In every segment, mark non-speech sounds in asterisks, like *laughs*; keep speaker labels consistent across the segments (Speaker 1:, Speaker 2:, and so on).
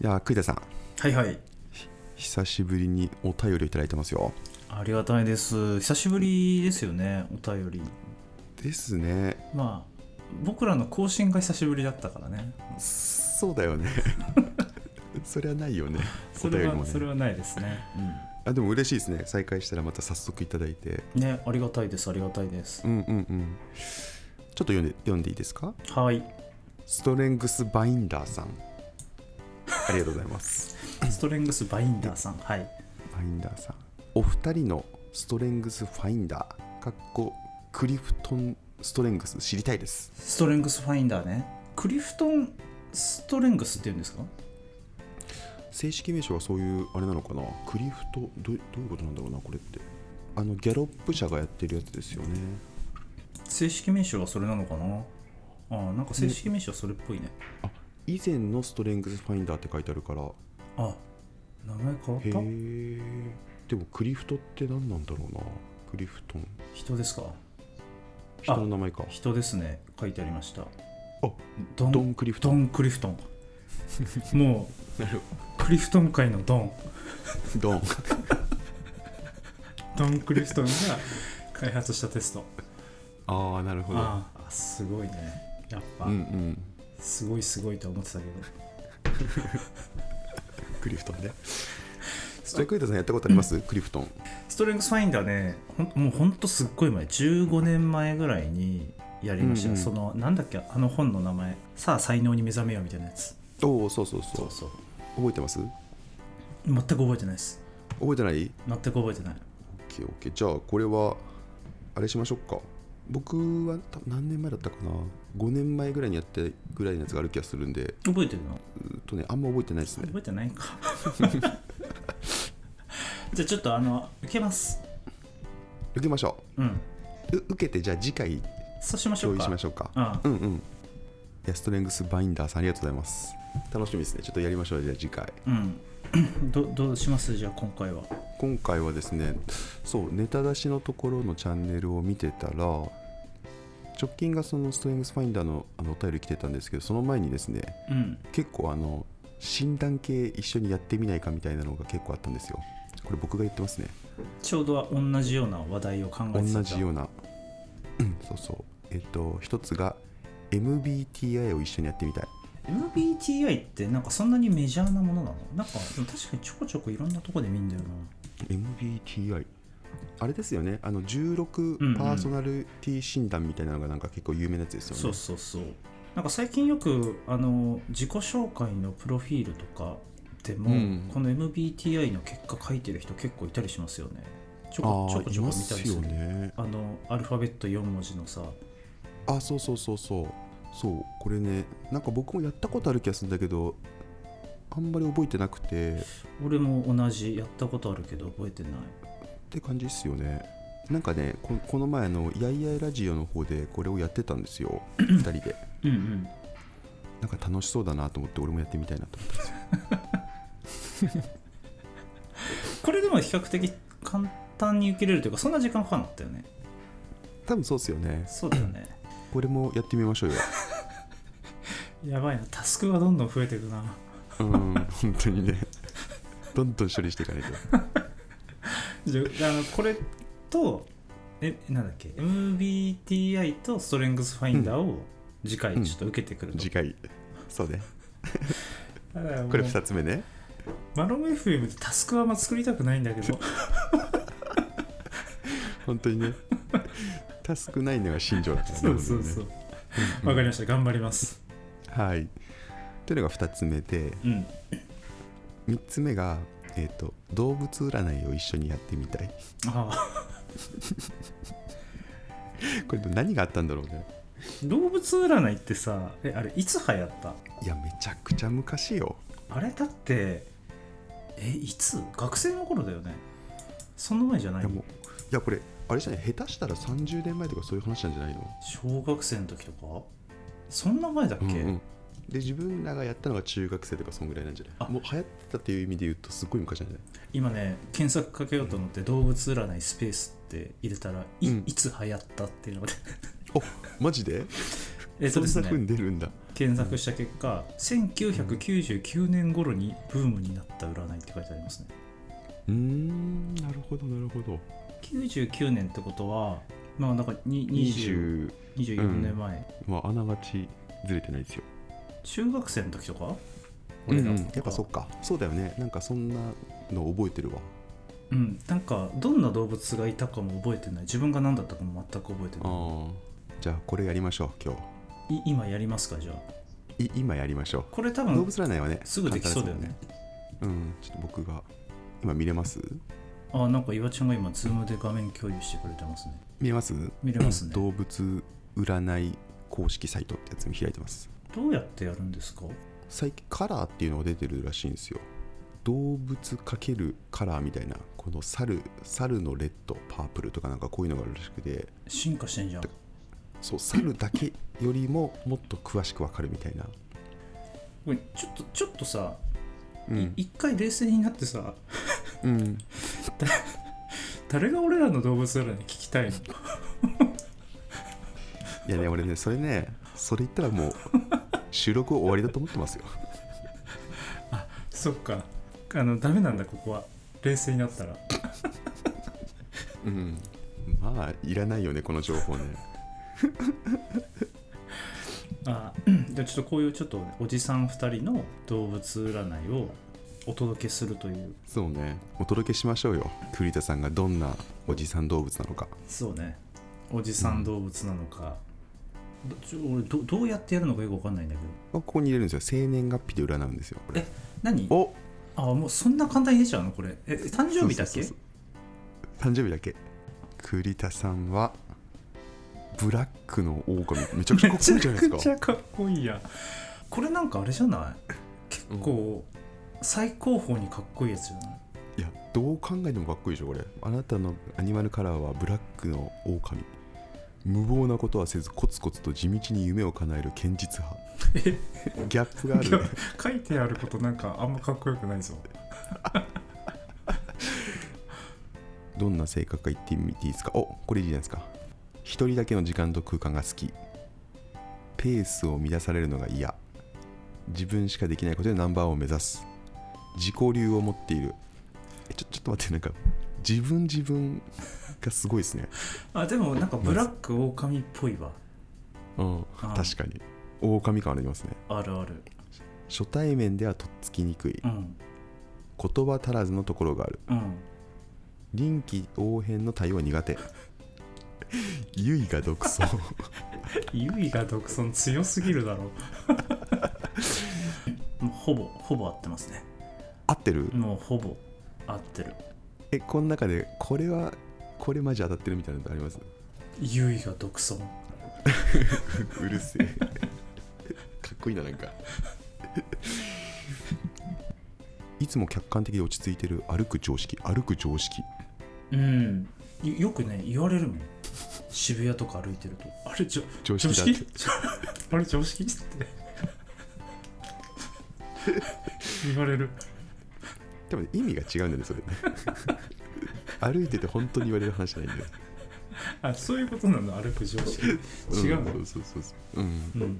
Speaker 1: いやー栗田さん
Speaker 2: はいはい
Speaker 1: 久しぶりにお便りをいただいてますよ
Speaker 2: ありがたいです久しぶりですよねお便り
Speaker 1: ですね
Speaker 2: まあ僕らの更新が久しぶりだったからね
Speaker 1: そうだよね *laughs* そりゃないよね
Speaker 2: *laughs* それ
Speaker 1: お便り
Speaker 2: は、
Speaker 1: もね
Speaker 2: それはないですね、
Speaker 1: あでも嬉しいですね再開したらまた早速いただいて
Speaker 2: うん、ねありがたいですありがたいです
Speaker 1: うんうんうんちょっと読んで読んでいいですか
Speaker 2: はい
Speaker 1: ストレングスバインダーさんありがとうございます
Speaker 2: ストレングスバインダーさんはい
Speaker 1: バインダーさんお二人のストレングスファインダーかっこクリフトンストレングス知りたいです
Speaker 2: ストレングスファインダーねクリフトンストレングスっていうんですか
Speaker 1: 正式名称はそういうあれなのかなクリフトどうどういうことなんだろうなこれってあのギャロップ社がやってるやつですよね
Speaker 2: 正式名称はそれなのかなあなんか正式名称はそれっぽいね
Speaker 1: あ以前のストレングスファインダーって書いてあるからへ
Speaker 2: あ名前変わった
Speaker 1: えでもクリフトって何なんだろうなクリフトン
Speaker 2: 人ですか
Speaker 1: 人の名前か
Speaker 2: 人ですね書いてありました
Speaker 1: あ
Speaker 2: ド
Speaker 1: ドン・クリフト
Speaker 2: ド
Speaker 1: ン
Speaker 2: ン・クリフト *laughs* ンもうクリフトン界のドン
Speaker 1: ドン
Speaker 2: ドン・クリフ *laughs* トンが開発したテスト
Speaker 1: *laughs* ああなるほど
Speaker 2: ああすごいねやっぱ、
Speaker 1: うんうん
Speaker 2: すごいすごいとは思ってたけど
Speaker 1: クリフトンねそれクリタさんやったことありますクリフトン
Speaker 2: ストレングスファインダーねほんもうほんとすっごい前15年前ぐらいにやりました、
Speaker 1: うんうん
Speaker 2: そのなんだっけあの本の名前さあ才能に目覚めようみたいなやつ
Speaker 1: おおそうそうそう
Speaker 2: そう
Speaker 1: 覚えてます
Speaker 2: 全く覚えてないです
Speaker 1: 覚えてない
Speaker 2: 全く覚えてな
Speaker 1: オ
Speaker 2: い
Speaker 1: ッケーオッケーじゃあこれはあれしましょうか僕は多分何年前だったかな5年前ぐらいにやったぐらいのやつがある気がするんで
Speaker 2: 覚えてるの
Speaker 1: うーっとねあんま覚えてないですね
Speaker 2: 覚えてないか *laughs* じゃあちょっとあの受けます
Speaker 1: 受けましょ
Speaker 2: うん
Speaker 1: うう受けてじゃあ次回
Speaker 2: そうしましょ
Speaker 1: 共
Speaker 2: う
Speaker 1: 有
Speaker 2: か
Speaker 1: しましょうか
Speaker 2: あ
Speaker 1: うんうんいやストレングスバインダーさんありがとうございます楽しみですねちょっとやりましょうじゃあ次回
Speaker 2: うんどどうしますじゃあ今回は
Speaker 1: 今回はですねそうネタ出しのところのチャンネルを見てたら直近がそのストレングスファインダーのあのお便り来てたんですけどその前にですね
Speaker 2: うん
Speaker 1: 結構あの診断系一緒にやってみないかみたいなのが結構あったんですよこれ僕が言ってますね
Speaker 2: ちょうどは同じような話題を考え
Speaker 1: 同
Speaker 2: てた
Speaker 1: じようなうんそうそうえっと一つが MBTI を一緒にやってみたい
Speaker 2: MBTI ってなんかそんなにメジャーなものなのなんかでも確かにちょこちょこいろんなとこで見んだよな
Speaker 1: MBTI あれですよねあの
Speaker 2: うんうん
Speaker 1: 16パーソナリティ診断みたいなのがなんか結構有名なやつですよね、
Speaker 2: そうそうそうなんか最近よくあの自己紹介のプロフィールとかでも、
Speaker 1: うん
Speaker 2: この MBTI の結果書いてる人結構いたりしますよねちょこちょ
Speaker 1: あ
Speaker 2: こ
Speaker 1: あ
Speaker 2: ち
Speaker 1: い
Speaker 2: ょこ
Speaker 1: ま
Speaker 2: 見た
Speaker 1: す
Speaker 2: りす
Speaker 1: よ
Speaker 2: る
Speaker 1: ね
Speaker 2: あのアルファベット4文字のさ
Speaker 1: あそうそうそうそうそうこれねなんか僕もやったことある気がするんだけどあんまり覚えてなくて
Speaker 2: 俺も同じやったことあるけど覚えてない
Speaker 1: って感じですよねなんかねここの前あのやいやいラジオの方でこれをやってたんです
Speaker 2: *clears throat*
Speaker 1: よ2人で
Speaker 2: うんうん
Speaker 1: なんか楽しそうだなと思って俺もやってみたいなと思ったんですよ
Speaker 2: これでも比較的簡単に受けれるというかそんな時間かかんなかったよね
Speaker 1: 多分そうですよね
Speaker 2: そうだよね
Speaker 1: これもやってみまし
Speaker 2: *laughs*
Speaker 1: ょうよ
Speaker 2: やばいなタスクがどんどん増えていくな
Speaker 1: うん本当にねどんどん処理していかないと
Speaker 2: じゃああのこれとえなんだっけ MBTI とストレングスファインダーを次回ちょっと受けてくると、
Speaker 1: 次回そうね
Speaker 2: ただもう
Speaker 1: これ2つ目ね
Speaker 2: マロム FM ってタスクはあんま作りたくないんだけど
Speaker 1: 本当にねタスクないのが信条だからね
Speaker 2: そうそうそうわ、かりました頑張ります
Speaker 1: はいというのが2つ目で
Speaker 2: うん
Speaker 1: 3つ目が、えー、と動物占いを一緒にやってみたい
Speaker 2: ああ
Speaker 1: これ何があったんだろうね
Speaker 2: 動物占いってさえあれいつ流行った
Speaker 1: いやめちゃくちゃ昔よ
Speaker 2: あれだってえいつ学生の頃だよねその前じゃない
Speaker 1: いやもういやこれあれじゃない下手したら30年前とかそういう話なんじゃないの、
Speaker 2: 小学生の時とかそんな前だっけ、
Speaker 1: うんうんで自分らがやったのが中学生とかそんぐらいなんじゃな
Speaker 2: あ
Speaker 1: いもう流行ってたっていう意味で言うとすごい昔なんじゃな
Speaker 2: 今ね検索かけようと思って動物占いスペースって入れたらい,、
Speaker 1: うん *laughs*
Speaker 2: つ流行ったっていうのが
Speaker 1: いおマジで
Speaker 2: えっとです
Speaker 1: そんな風
Speaker 2: ね
Speaker 1: に出るんだ
Speaker 2: 検索した結果、1999年頃にブームになった占いって書いてありますね
Speaker 1: うーんなるほどなるほど
Speaker 2: 99年ってことはまあなんかに20
Speaker 1: 20
Speaker 2: 24年前、
Speaker 1: まああながちずれてないですよ
Speaker 2: 中学生の時とか
Speaker 1: うん
Speaker 2: 俺
Speaker 1: う
Speaker 2: ら
Speaker 1: ん
Speaker 2: と
Speaker 1: やっぱそっかそうだよねなんかそんなの覚えてるわ
Speaker 2: うん、なんかどんな動物がいたかも覚えてない自分が何だったかも全く覚えて
Speaker 1: あ
Speaker 2: な
Speaker 1: ーじゃあこれやりましょう今
Speaker 2: いい今やりますかじゃあ
Speaker 1: 日い今やりましょ
Speaker 2: これ多
Speaker 1: う動
Speaker 2: 分
Speaker 1: 物占いはね
Speaker 2: すぐできそうだよね
Speaker 1: 簡単ですもんねうんちょっと僕が今見れます
Speaker 2: あなんか岩ちゃんが今ズームで画面共有してくれてますね
Speaker 1: 見れます
Speaker 2: 見れますねど
Speaker 1: 動物占い公式サイトってやつに開いてます
Speaker 2: うやってやるんですか
Speaker 1: 最近カラーっていうのが出てるらしいんですよ動物×カラーみたいなこの猿猿のレッドパープルとかなんかこういうのがあるらしくて
Speaker 2: 進化してんじゃん
Speaker 1: そう猿だけよりももっと詳しくわかるみたいな、
Speaker 2: これちょっとちょっとさ
Speaker 1: うん
Speaker 2: 一回冷静になってさ
Speaker 1: うん、
Speaker 2: 誰が俺らの動物占い聞きたいの
Speaker 1: い
Speaker 2: *laughs*
Speaker 1: やね俺ねそれねそれ言ったらもう収録終わりだと思ってますよ
Speaker 2: そっかあのダメなんだここは冷静になったら
Speaker 1: うんまあいらないよねこの情報ね
Speaker 2: あうんじゃあちょっとこういうちょっとおじさん2人の動物占いをお届けするという
Speaker 1: そうねお届けしましょうよ栗田さんがどんなおじさん動物なのか
Speaker 2: そうねおじさん動物なのか、どちょ俺どどうやってやるのかよくわかんないんだけど
Speaker 1: あここに入れるんですよ生年月日で占うんですよこれ
Speaker 2: え何
Speaker 1: お
Speaker 2: あもうそんな簡単に出ちゃうのこれえ誕生日だっ
Speaker 1: そうそ
Speaker 2: け
Speaker 1: うそう誕生日だけ栗田さんはブラックの狼めちゃくちゃかっこいいじゃないです
Speaker 2: め
Speaker 1: か
Speaker 2: ちゃくちゃかっこいいやんこれなんかあれじゃない結構、最高峰にかっこいいやつじゃない
Speaker 1: いやどう考えてもかっこいいでしょこれあなたのアニマルカラーはブラックの狼無謀なことはせずコツコツと地道に夢を叶える堅実
Speaker 2: *laughs* え
Speaker 1: 派ギャップがあるね
Speaker 2: 書いてあることなんかあんまかっこよくないぞ
Speaker 1: どんな性格か言ってみていいですかおこれいいじゃないですか一人だけの時間と空間が好きペースを乱されるのが嫌自分しかできないことでナンバーワンを目指す自己流を持っているえちょちょっと待ってなんか自分自分がすごいですね
Speaker 2: あでもなんかブラック狼っぽいわ
Speaker 1: うん確かに狼感ありますね
Speaker 2: あるある
Speaker 1: 初対面ではとっつきにくい
Speaker 2: うん
Speaker 1: 言葉足らずのところがある
Speaker 2: うん
Speaker 1: 臨機応変の対応は苦手 *laughs* 唯我独走
Speaker 2: ユイが独尊強すぎるだろう *laughs* もうほぼほぼ合ってますね
Speaker 1: 合ってる
Speaker 2: もうほぼ合ってる
Speaker 1: えこの中でこれはこれマジ当たってるみたいなのってあります
Speaker 2: ユイが独尊
Speaker 1: *laughs* うる *laughs* せえかっこいいななんかいつも客観的で落ち着いてる歩く常識歩く常識
Speaker 2: うんよよくね言われるもん渋谷とか歩いてるとあれじょ
Speaker 1: 常
Speaker 2: 常
Speaker 1: 識だって
Speaker 2: 識 *laughs* あれ常識って *laughs* 言われる
Speaker 1: 多分意味が違うんだよねそ *laughs* れ歩いてて本当に言われる話じゃないんだよ
Speaker 2: あそういうことなの歩く常識違うんだ
Speaker 1: ん、そうそうそうそううん
Speaker 2: うん、い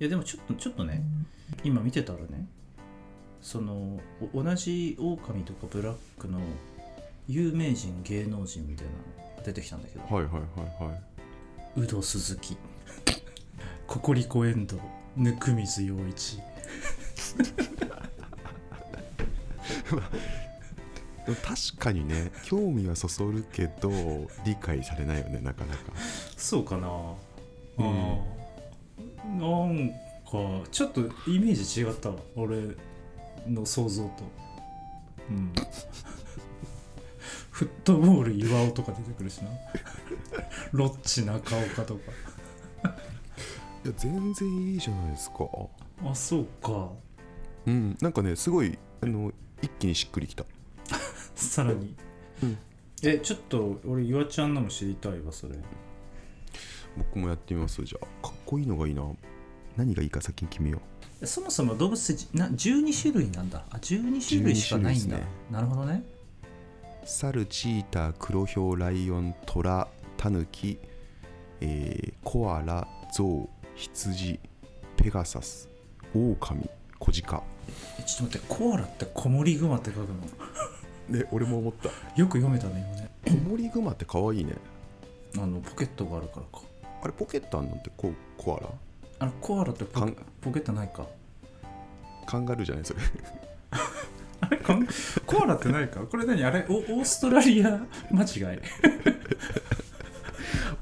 Speaker 2: やでもちょっとちょっとね今見てたらねそのお同じオオカミとかブラックの有名人芸能人みたいなのが出てきたんだけど、
Speaker 1: はいはいはいはい
Speaker 2: 有働鈴木 *laughs* ココリコ遠藤温水洋一
Speaker 1: でも確かにね興味はそそるけど理解されないよねなかなか
Speaker 2: そうかな
Speaker 1: う
Speaker 2: うんんなんかちょっとイメージ違ったわ俺の想像とうん *laughs* フットボール岩尾とか出てくるしな *laughs* ロッチ中岡とか
Speaker 1: いや全然いいじゃないですか
Speaker 2: あそうか
Speaker 1: うんなんかねすごいあの一気にしっくりきた
Speaker 2: さらに、
Speaker 1: うん
Speaker 2: えちょっと俺岩ちゃんのも知りたいわそれ
Speaker 1: 僕もやってみますじゃあかっこいいのがいいな何がいいか先に決めよ
Speaker 2: そもそも動物ってな12種類なんだあ12種類しかな
Speaker 1: 12種類
Speaker 2: いんだ、
Speaker 1: ですね
Speaker 2: なるほどね
Speaker 1: う猿チーター黒ヒョウライオントラタヌキ、えーコアラゾウ羊ペガサスオオカミコジカ
Speaker 2: えちょっと待ってコアラってコモリグマって書くの
Speaker 1: ね俺も思った
Speaker 2: よく読めたね今ね
Speaker 1: コモリグマって可愛いね
Speaker 2: あのポケットがあるからか
Speaker 1: あれポケットあんのってココアラ
Speaker 2: あのコアラってポ
Speaker 1: か
Speaker 2: ケ
Speaker 1: ん
Speaker 2: ポケットないか
Speaker 1: カンガルーじゃないそれ
Speaker 2: *laughs* あれこんコアラってないかこれ何あれおオーストラリア間違い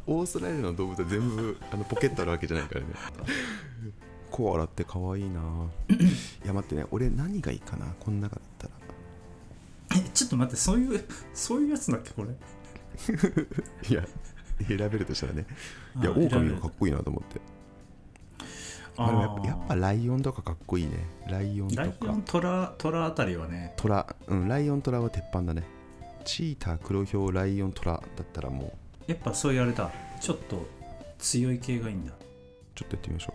Speaker 1: オーストラリアの動物は全部あのポケットあるわけじゃないから
Speaker 2: *laughs*
Speaker 1: ねコアラって可愛いないや待ってね俺何がいいかなこの中だったら
Speaker 2: えちょっと待ってそういうそういうやつだっけこれ
Speaker 1: いや選べるとしたらねいや
Speaker 2: あ
Speaker 1: オオカミ
Speaker 2: 選べ
Speaker 1: が
Speaker 2: る
Speaker 1: かっこいいなと思って
Speaker 2: あ
Speaker 1: でもやっ
Speaker 2: ー
Speaker 1: ぱやっぱライオンとかかっこいいねライオンと
Speaker 2: ライオ
Speaker 1: か
Speaker 2: ントラトラあたりはね
Speaker 1: トラうんライオントラは鉄板だねチーター黒ヒョウライオントラだったらもう
Speaker 2: やっぱそういうあれだちょっと強い系がいいんだ
Speaker 1: ちょっとやってみましょ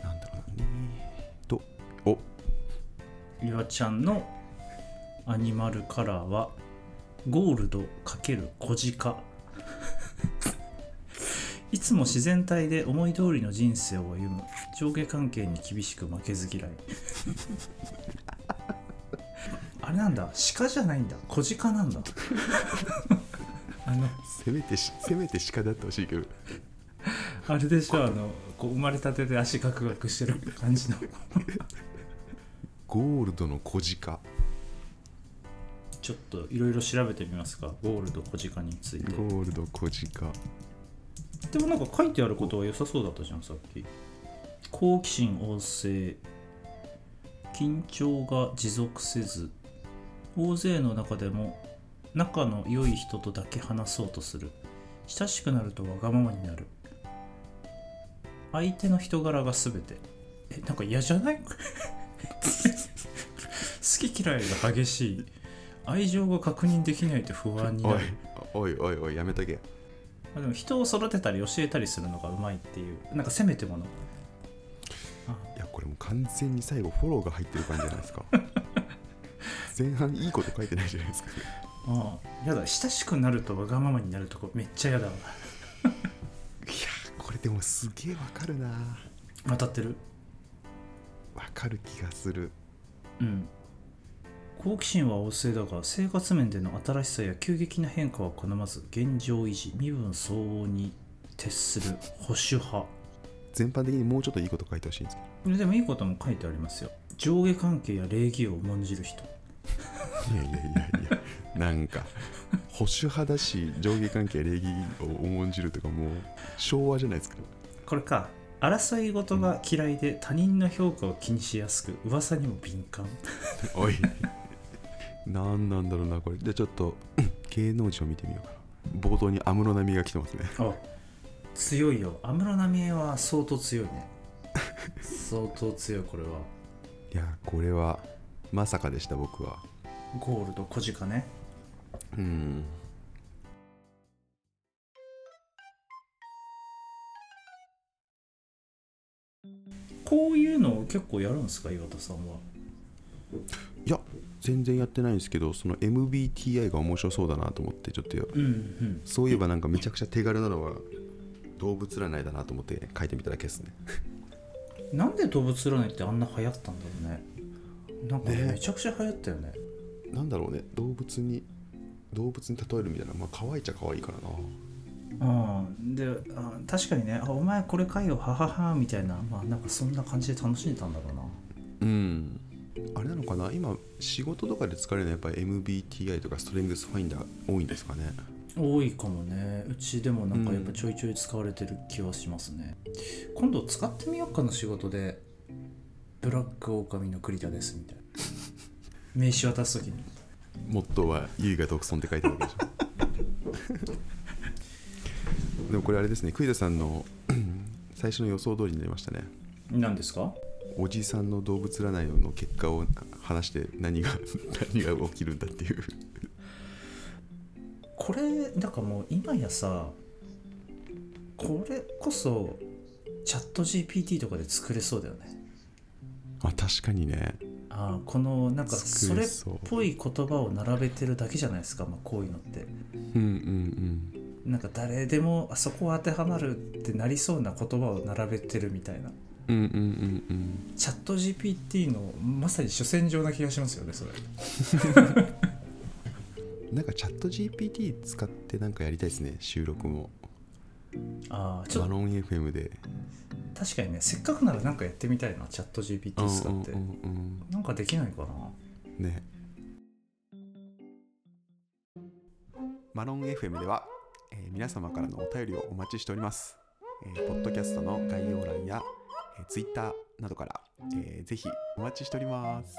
Speaker 1: うなんだろうなねとお
Speaker 2: りわちゃんのアニマルカラーはゴールド×小鹿 *laughs* いつも自然体で思い通りの人生を歩む上下関係に厳しく負けず嫌い *laughs* あれなんだ鹿じゃないんだ小鹿なんだ *laughs* あの
Speaker 1: せめてしせめて鹿だってほしいけど
Speaker 2: あれでしょあのこう生まれたてで足ガクガクしてる感じの
Speaker 1: ゴールドの小鹿
Speaker 2: ちょっといろいろ調べてみますかゴールド小鹿について
Speaker 1: ゴールド小鹿
Speaker 2: でもなんか書いてあることは良さそうだったじゃんさっき好奇心旺盛緊張が持続せず大勢の中でも仲の良い人とだけ話そうとする親しくなるとわがままになる相手の人柄が全てえなんか嫌じゃない *laughs* 好き嫌いが激しい愛情が確認できないと不安にな
Speaker 1: おい
Speaker 2: る
Speaker 1: おいおいおいやめとけ
Speaker 2: まあ、でも人を育てたり教えたりするのがうまいっていうなんかせめてもの
Speaker 1: いやこれもう完全に最後フォローが入ってる感じじゃないです *laughs* か前半いいこと書いてないじゃないですか
Speaker 2: ああやだ親しくなるとわがままになるとこめっちゃやだわ
Speaker 1: いやこれでもすげえわかるな
Speaker 2: 当たってる
Speaker 1: わかる気がする
Speaker 2: うん好奇心は旺盛だが生活面での新しさや急激な変化は好まず現状維持身分相応に徹する保守派
Speaker 1: 全般的にもうちょっといいこと書いてほしいんです
Speaker 2: でもいいことも書いてありますよ上下関係や礼儀を重んじる人
Speaker 1: けどいやいやいやいやなんか保守派だし上下関係礼儀を重んじるとかもう昭和じゃないですか
Speaker 2: これか争い事が嫌いで他人の評価を気にしやすく噂にも敏感
Speaker 1: おい何なんだろうなこれじゃあちょっと *clears throat* 芸能人を見てみようかな冒頭に安室奈美恵が来てますね
Speaker 2: あ強いよ安室奈美恵は相当強い *laughs* ね相当強いこれはい
Speaker 1: やこれはまさかでした僕は
Speaker 2: ゴールド小鹿ね
Speaker 1: うん
Speaker 2: こういうのを結構やるんですか岩田さんはい
Speaker 1: や全然やってないんですけどその MBTI が面白そうだなと思ってちょっとよ
Speaker 2: うんうん
Speaker 1: そういえばなんかめちゃくちゃ手軽なのは動物占いだなと思って書いてみただけですね
Speaker 2: なんで動物占いってあんな流行ったんだろうねなんかね
Speaker 1: ね
Speaker 2: めちゃくちゃ流行ったよね
Speaker 1: なんだろうね動物に動物に例えるみたいなまあ可愛いっちゃ可愛いからな
Speaker 2: うんであ確かにね「あお前これかよははは」みたいなまあなんかそんな感じで楽しんでたんだろうな
Speaker 1: うんあれなのかな今仕事とかで疲れるのはやっぱり MBTI とかストレングスファインダー多いんですかね
Speaker 2: 多いかもねうちでもなんかやっぱちょいちょい使われてる気はしますね、今度使ってみようかの仕事で「ブラックオオカミの栗田です」みたいな名刺渡す時に
Speaker 1: モットーは「優雅独尊」って書いてあるわけでしょ *laughs* でもこれあれですね栗田さんの *clears throat* 最初の予想通りになりましたね
Speaker 2: 何ですか
Speaker 1: おじさんの動物占いの結果を話して何が *laughs* 何が起きるんだっていう
Speaker 2: これだからもう今やさこれこそチャット GPT とかで作れそうだよね
Speaker 1: あ確かにね
Speaker 2: ああこのなんかそ
Speaker 1: 作
Speaker 2: れ
Speaker 1: れ
Speaker 2: っ
Speaker 1: そう
Speaker 2: ぽい言葉を並べてるだけじゃないですか、まあ、こういうのって
Speaker 1: うんうん
Speaker 2: なんか誰でもあそこは当てはまるってなりそうな言葉を並べてるみたいな
Speaker 1: うんうんうんうんうん
Speaker 2: チャット GPT のまさに主戦場な気がしますよねそれ
Speaker 1: なんかチャット GPT 使ってなんかやりたいですね収録も
Speaker 2: ああちょ
Speaker 1: マ
Speaker 2: っと
Speaker 1: ロン FM で
Speaker 2: 確かにねせっかくならなんかやってみたいなチャット GPT 使って、
Speaker 1: うんうん
Speaker 2: なんかできないかな
Speaker 1: うんねマロン FM では、えー皆様からのお便りをお待ちしております、えーポッドキャストの概要欄や、えー、Twitter などから、えーぜひお待ちしております